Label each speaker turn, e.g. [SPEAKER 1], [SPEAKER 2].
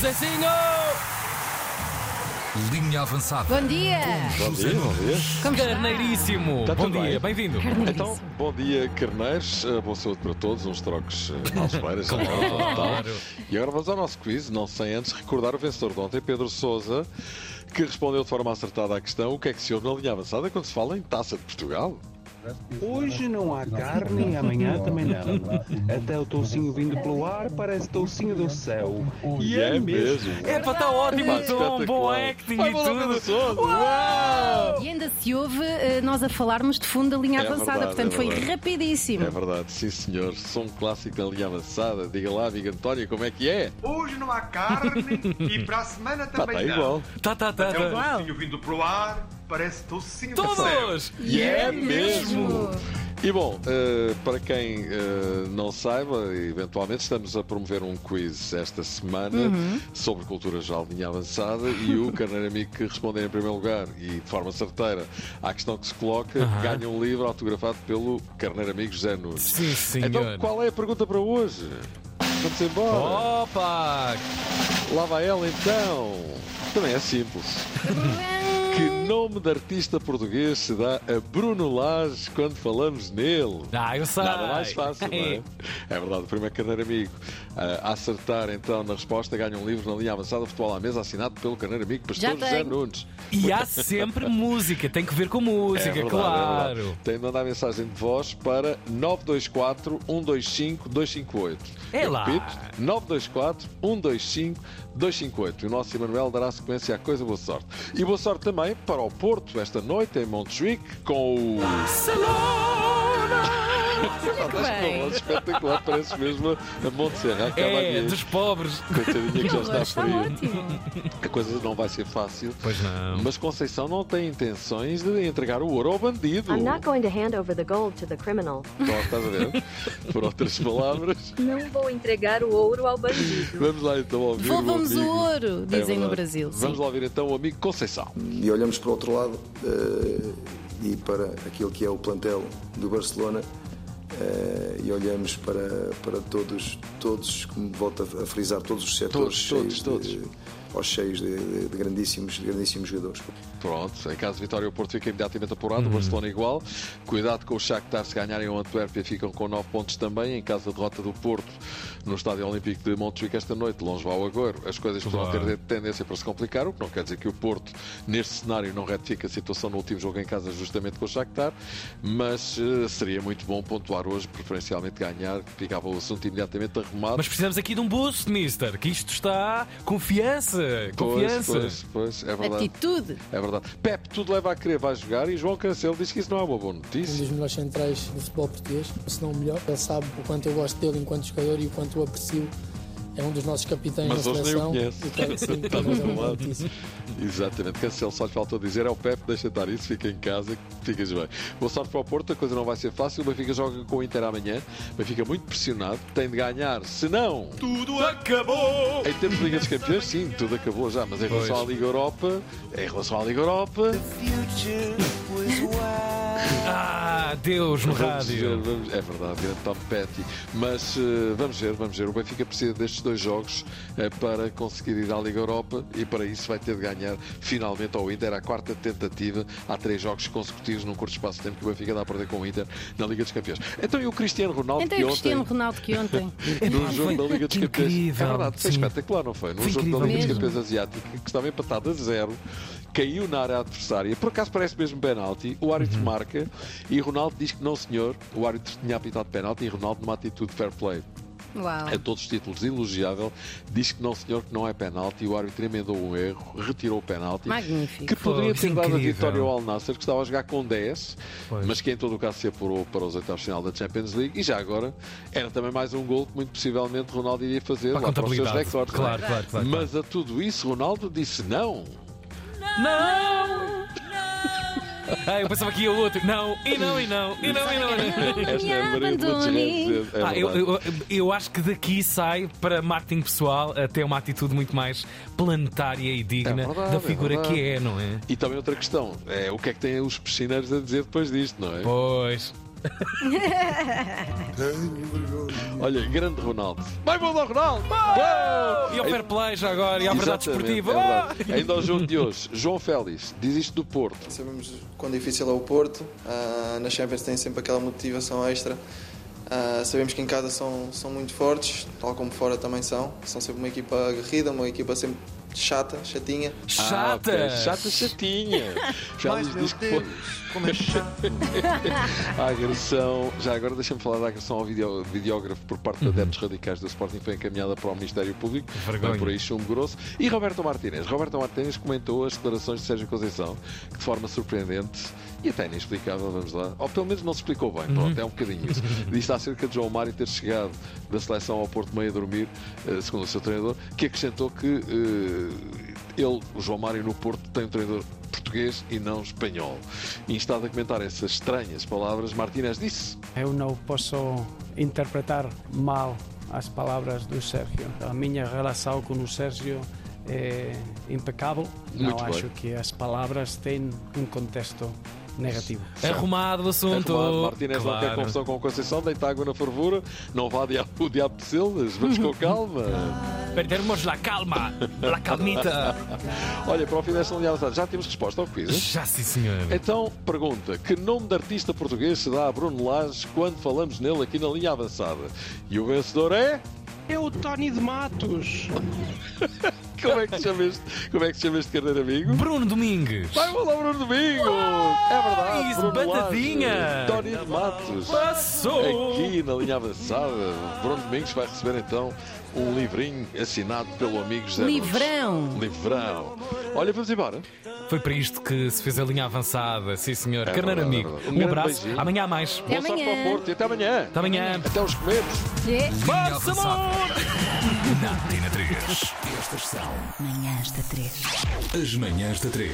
[SPEAKER 1] Zezinho!
[SPEAKER 2] Linha avançada.
[SPEAKER 3] Bom dia!
[SPEAKER 4] Bom
[SPEAKER 2] José
[SPEAKER 4] dia, bom
[SPEAKER 2] Nunes.
[SPEAKER 4] dia.
[SPEAKER 3] Como está?
[SPEAKER 1] Carneiríssimo!
[SPEAKER 4] Está
[SPEAKER 1] Bom
[SPEAKER 4] Tá tudo
[SPEAKER 1] dia,
[SPEAKER 4] bem?
[SPEAKER 1] bem-vindo.
[SPEAKER 4] Então,
[SPEAKER 3] Carneiríssimo.
[SPEAKER 4] bom dia, carneiros. Eh, Boa saúde para todos. Uns trocos eh, às beiras. já na hora do Natal.
[SPEAKER 1] Claro.
[SPEAKER 4] E agora vamos ao nosso quiz. Não sem antes recordar o vencedor de ontem, Pedro Souza, que respondeu de forma acertada à questão o que é que se ouve na linha avançada quando se fala em Taça de Portugal.
[SPEAKER 5] Hoje não há carne e amanhã também não. Até o toucinho vindo pelo ar parece toucinho do céu. E é mesmo.
[SPEAKER 1] É para estar ótimo,
[SPEAKER 4] Pá,
[SPEAKER 1] tom, bom
[SPEAKER 4] espetacular.
[SPEAKER 1] acting
[SPEAKER 4] Tá Vai
[SPEAKER 1] e
[SPEAKER 4] bola, Pedro
[SPEAKER 1] tudo.
[SPEAKER 4] Sousa. Uau!
[SPEAKER 3] E ainda se ouve eh, nós a falarmos de fundo da linha
[SPEAKER 4] É
[SPEAKER 3] avançada,
[SPEAKER 4] verdade,
[SPEAKER 3] portanto
[SPEAKER 4] é
[SPEAKER 3] foi
[SPEAKER 4] verdade.
[SPEAKER 3] rapidíssimo.
[SPEAKER 4] É verdade, sim senhor. Som clássico da linha avançada. Diga lá, amiga Antónia, como é que é?
[SPEAKER 6] Hoje não há carne e para a semana
[SPEAKER 4] Pá, está
[SPEAKER 6] também não.
[SPEAKER 4] igual.
[SPEAKER 1] Tá, tá, tá.
[SPEAKER 6] É
[SPEAKER 4] Então,
[SPEAKER 6] um
[SPEAKER 1] tá.
[SPEAKER 6] tocinho vindo pro ar, parece tocinho do céu.
[SPEAKER 1] Todos!
[SPEAKER 4] E é mesmo. E bom, eh, para quem eh, não saiba, eventualmente estamos a promover um quiz esta semana sobre cultura já de linha avançada e o Carneiro Amigo que responder em primeiro lugar e de forma certeira à questão que se coloca ganha um livro autografado pelo Carneiro Amigo José Nunes.
[SPEAKER 1] Sim, senhor.
[SPEAKER 4] Então, qual é a pergunta para hoje? Vamos embora.
[SPEAKER 1] Opa!
[SPEAKER 4] Lá vai ela então. Também é simples. Que nome de artista português se dá a Bruno Lage quando falamos nele?
[SPEAKER 1] Ah, eu sei.
[SPEAKER 4] Nada mais fácil, não é? É verdade, o primeiro carneiro amigo. Ah, a acertar então na resposta ganha um livro na linha avançada Futebol à Mesa assinado pelo carneiro amigo Pastor
[SPEAKER 3] Já tem.
[SPEAKER 4] José Nunes.
[SPEAKER 1] E há sempre música, tem que ver com música,
[SPEAKER 4] é verdade, É
[SPEAKER 1] claro.
[SPEAKER 4] verdade. Tem de mandar mensagem de voz para 924 125 258.
[SPEAKER 1] É
[SPEAKER 4] Eu
[SPEAKER 1] lá.
[SPEAKER 4] Repito, 924 125 258. E o nosso Emanuel dará sequência à coisa boa sorte. E boa sorte também para o Porto esta noite em Montjuic com o.
[SPEAKER 3] bem.
[SPEAKER 4] espetacular, parece mesmo a Montserrat. Acaba
[SPEAKER 1] É,
[SPEAKER 4] ali.
[SPEAKER 1] dos pobres.
[SPEAKER 4] Coitadinha que
[SPEAKER 3] Que
[SPEAKER 4] já
[SPEAKER 3] horror,
[SPEAKER 4] está
[SPEAKER 3] está
[SPEAKER 4] frio.
[SPEAKER 3] ótimo.
[SPEAKER 4] A coisa não vai ser fácil.
[SPEAKER 1] Pois não.
[SPEAKER 4] Mas Conceição não tem intenções de entregar o ouro ao bandido.
[SPEAKER 7] I'm not going to hand over the gold to the criminal.
[SPEAKER 4] Então, estás a ver? Por outras palavras,
[SPEAKER 7] Não vou entregar o ouro ao bandido.
[SPEAKER 4] vamos lá então ouvir
[SPEAKER 3] Devolvamos
[SPEAKER 4] o
[SPEAKER 3] o
[SPEAKER 4] amigo.
[SPEAKER 3] ouro,
[SPEAKER 4] É
[SPEAKER 3] dizem no
[SPEAKER 4] verdade.
[SPEAKER 3] Brasil. Sim.
[SPEAKER 4] Vamos lá ouvir então o amigo Conceição.
[SPEAKER 8] e olhamos para o outro lado eh, e para aquilo que é o plantel do Barcelona eh, e olhamos para, para todos, todos, como volto a, a frisar, todos os setores
[SPEAKER 4] Todos,
[SPEAKER 8] cheios,
[SPEAKER 4] todos,
[SPEAKER 8] de, aos cheios de, de- de grandíssimos, de grandíssimos jogadores.
[SPEAKER 4] Pronto, em caso de vitória, o Porto fica imediatamente apurado,
[SPEAKER 1] Uhum.
[SPEAKER 4] o Barcelona igual. Cuidado com o Shakhtar, se ganharem o Antuérpia ficam com 9 pontos também. Em caso da derrota do Porto no Estádio Olímpico de Montjuic esta noite, longe vá o Agüero. As coisas poderão
[SPEAKER 1] Claro.
[SPEAKER 4] ter tendência para se complicar, o que não quer dizer que o Porto, neste cenário, não retifique a situação no último jogo em casa, justamente com o Shakhtar, mas eh, seria muito bom pontuar hoje, preferencialmente ganhar, ficava o assunto imediatamente arrumado.
[SPEAKER 1] Mas precisamos aqui de um boost, mister. Que isto está. Confiança!
[SPEAKER 4] Pois,
[SPEAKER 1] Confiança!
[SPEAKER 4] pois, pois, é verdade.
[SPEAKER 3] Atitude.
[SPEAKER 4] É verdade. Pepe, tudo leva a crer, vai jogar e João Cancelo diz que isso não é uma boa
[SPEAKER 9] um
[SPEAKER 4] notícia.
[SPEAKER 9] dos melhores centrais do futebol português, se não o melhor. Ele sabe o quanto eu gosto dele enquanto jogador e o quanto o aprecio. É um dos nossos capitães
[SPEAKER 4] Mas
[SPEAKER 9] da
[SPEAKER 4] hoje nem o
[SPEAKER 9] seleção.
[SPEAKER 4] conhece.
[SPEAKER 9] E claro que sim,
[SPEAKER 4] Está
[SPEAKER 9] para nós é uma
[SPEAKER 4] do lado.
[SPEAKER 9] boa notícia.
[SPEAKER 4] Exatamente, Cancelo só lhe faltou dizer: é o Pepe, deixa estar isso, fica em casa, que ficas bem. Boa sorte para o Porto, a coisa não vai ser fácil. O Benfica joga com o Inter amanhã, o Benfica muito pressionado, tem de ganhar, se não.
[SPEAKER 6] Tudo acabou.
[SPEAKER 4] Em termos de Liga dos Campeões, sim, tudo acabou já, mas em
[SPEAKER 1] Pois.
[SPEAKER 4] relação à Liga Europa, em relação à Liga Europa,
[SPEAKER 1] Ah, Deus no
[SPEAKER 4] vamos ver,
[SPEAKER 1] rádio.
[SPEAKER 4] vamos- é verdade, grande Tom Petty. Mas eh, vamos ver, vamos ver. O Benfica precisa destes dois jogos eh, para conseguir ir à Liga Europa e para isso vai ter de ganhar finalmente ao Inter. A quarta tentativa, há três jogos consecutivos num curto espaço de tempo que o Benfica dá a perder com o Inter na Liga dos Campeões. Então e o Cristiano Ronaldo
[SPEAKER 3] Então e
[SPEAKER 4] que
[SPEAKER 3] o
[SPEAKER 4] ontem.
[SPEAKER 3] Cristiano Ronaldo que ontem.
[SPEAKER 4] No
[SPEAKER 1] Epá,
[SPEAKER 4] jogo
[SPEAKER 1] É foi-
[SPEAKER 4] da Liga dos
[SPEAKER 1] que
[SPEAKER 4] Campeões.
[SPEAKER 1] incrível,
[SPEAKER 4] é verdade, foi
[SPEAKER 1] sim.
[SPEAKER 4] espetacular, não foi? No
[SPEAKER 1] Foi
[SPEAKER 4] jogo
[SPEAKER 1] incrível
[SPEAKER 4] da Liga
[SPEAKER 3] mesmo.
[SPEAKER 4] dos Campeões Asiática, que estava empatado a zero, caiu na área adversária. Por acaso parece mesmo penalti. O árbitro
[SPEAKER 1] Uhum.
[SPEAKER 4] marca e Ronaldo diz que não, senhor. O árbitro tinha apitado penalti e Ronaldo, numa atitude fair play
[SPEAKER 3] Uau.
[SPEAKER 4] a todos os títulos elogiável, diz que não, senhor, que não é penalti. O árbitro emendou um erro, retirou o penalti.
[SPEAKER 3] Magnífico.
[SPEAKER 4] Que poderia
[SPEAKER 1] Pois,
[SPEAKER 4] ter dado a
[SPEAKER 1] é incrível.
[SPEAKER 4] vitória ao Al Nasser, que estava a jogar com 10,
[SPEAKER 1] Pois.
[SPEAKER 4] mas que em todo o caso se apurou para os oitavos de final da Champions League. E já agora era também mais um gol que muito possivelmente Ronaldo iria fazer
[SPEAKER 1] Para a
[SPEAKER 4] lá para os seus
[SPEAKER 1] contabilidade.
[SPEAKER 4] recordes.
[SPEAKER 1] Claro,
[SPEAKER 4] não é?
[SPEAKER 1] claro, claro,
[SPEAKER 4] Mas a tudo isso, Ronaldo disse não.
[SPEAKER 1] Não! Ah, eu pensava que ia outro. Não, e não, e não, e não, e não. E não.
[SPEAKER 4] Esta
[SPEAKER 3] me
[SPEAKER 4] é a Maria de Lourdes
[SPEAKER 3] abandone.
[SPEAKER 4] Guedes, é- é
[SPEAKER 1] Pá, eu,
[SPEAKER 4] verdade.
[SPEAKER 1] eu, eu acho que daqui sai para marketing pessoal até uma atitude muito mais planetária e digna
[SPEAKER 4] É verdade,
[SPEAKER 1] da
[SPEAKER 4] é
[SPEAKER 1] figura
[SPEAKER 4] verdade.
[SPEAKER 1] que é, não é?
[SPEAKER 4] E também outra questão, é o que é que têm os piscineiros a dizer depois disto, não é?
[SPEAKER 1] Pois,
[SPEAKER 4] Olha, grande Ronaldo. Vai, bom Ronaldo!
[SPEAKER 1] E ao fair play já agora, e à É verdade
[SPEAKER 4] Exatamente,
[SPEAKER 1] esportiva.
[SPEAKER 4] é
[SPEAKER 1] Ah!
[SPEAKER 4] verdade. Ainda ao jogo de hoje, João Félix diz isto do Porto.
[SPEAKER 2] Sabemos quão difícil é o Porto. Ah, na Champions tem sempre aquela motivação extra. Ah, sabemos que em casa são, são muito fortes, tal como fora também são. São sempre uma equipa aguerrida, uma equipa sempre chata, chatinha.
[SPEAKER 4] Ah,
[SPEAKER 1] Chata!
[SPEAKER 4] pé, chata, chatinha.
[SPEAKER 6] Ai,
[SPEAKER 4] Félix
[SPEAKER 6] meu
[SPEAKER 4] diz que
[SPEAKER 6] Deus,
[SPEAKER 4] foi
[SPEAKER 6] como é chato.
[SPEAKER 4] a agressão. Já agora deixa-me falar da agressão ao video- videógrafo por parte de adeptos radicais do Sporting foi encaminhada para o Ministério Público.
[SPEAKER 1] Vergonha.
[SPEAKER 4] Vai por aí chumbo grosso. E Roberto Martínez. Roberto Martínez comentou as declarações de Sérgio Conceição, que de forma surpreendente e até inexplicável, vamos lá, ou pelo menos não se explicou bem, pronto, é um bocadinho isso. Disse acerca de João Mário ter chegado da seleção ao Porto meio a dormir, eh, segundo o seu treinador, que acrescentou que eh, ele, o João Mário no Porto, tem um treinador português e não espanhol. E instado a comentar essas estranhas palavras, Martínez disse
[SPEAKER 10] Eu não posso interpretar mal as palavras do Sérgio. A minha relação com o Sérgio é impecável. não
[SPEAKER 4] Muito bem.
[SPEAKER 10] acho que as palavras têm um contexto negativo.
[SPEAKER 1] Arrumado o assunto.
[SPEAKER 4] Arrumado, é Martínez não quer
[SPEAKER 1] Claro.
[SPEAKER 4] confusão com o Conceição, deita água na fervura, não vá dia- o diabo de Sildas, vamos com calma.
[SPEAKER 1] Perdermos la calma, la calmita.
[SPEAKER 4] Olha, para o fim desta Mundial de Dados, já temos resposta ao quiz. hein?
[SPEAKER 1] Já sim, senhor.
[SPEAKER 4] Então, pergunta: que nome de artista português se dá a Bruno Lage quando falamos nele aqui na linha avançada? E o vencedor é.
[SPEAKER 5] É o Tony de Matos.
[SPEAKER 4] Como é que se chama este, como é que se chama este carneiro amigo?
[SPEAKER 1] Bruno Domingues.
[SPEAKER 4] Vai, olá, Bruno Domingo! É verdade,
[SPEAKER 1] Isso,
[SPEAKER 4] Bruno
[SPEAKER 1] batadinha!
[SPEAKER 4] Lage, Tony de Matos.
[SPEAKER 1] Passou.
[SPEAKER 4] Aqui na linha avançada, Bruno Domingos vai receber então um livrinho assinado pelo amigo José Nunes.
[SPEAKER 3] Livrão.
[SPEAKER 4] Livrão. Olha, vamos embora.
[SPEAKER 1] Foi para isto que se fez a linha avançada. Sim, senhor.
[SPEAKER 4] É
[SPEAKER 1] Carneiro
[SPEAKER 4] verdade,
[SPEAKER 1] amigo.
[SPEAKER 4] é verdade. Um
[SPEAKER 1] Um,
[SPEAKER 4] grande
[SPEAKER 1] abraço.
[SPEAKER 4] beijinho.
[SPEAKER 1] Amanhã há mais.
[SPEAKER 3] Até
[SPEAKER 4] Boa sorte
[SPEAKER 3] amanhã.
[SPEAKER 4] para o Porto e até amanhã.
[SPEAKER 1] Até amanhã.
[SPEAKER 4] Até os comedos.
[SPEAKER 3] É.
[SPEAKER 1] Passa, amor!
[SPEAKER 11] Manhãs da 3. As manhãs da 3.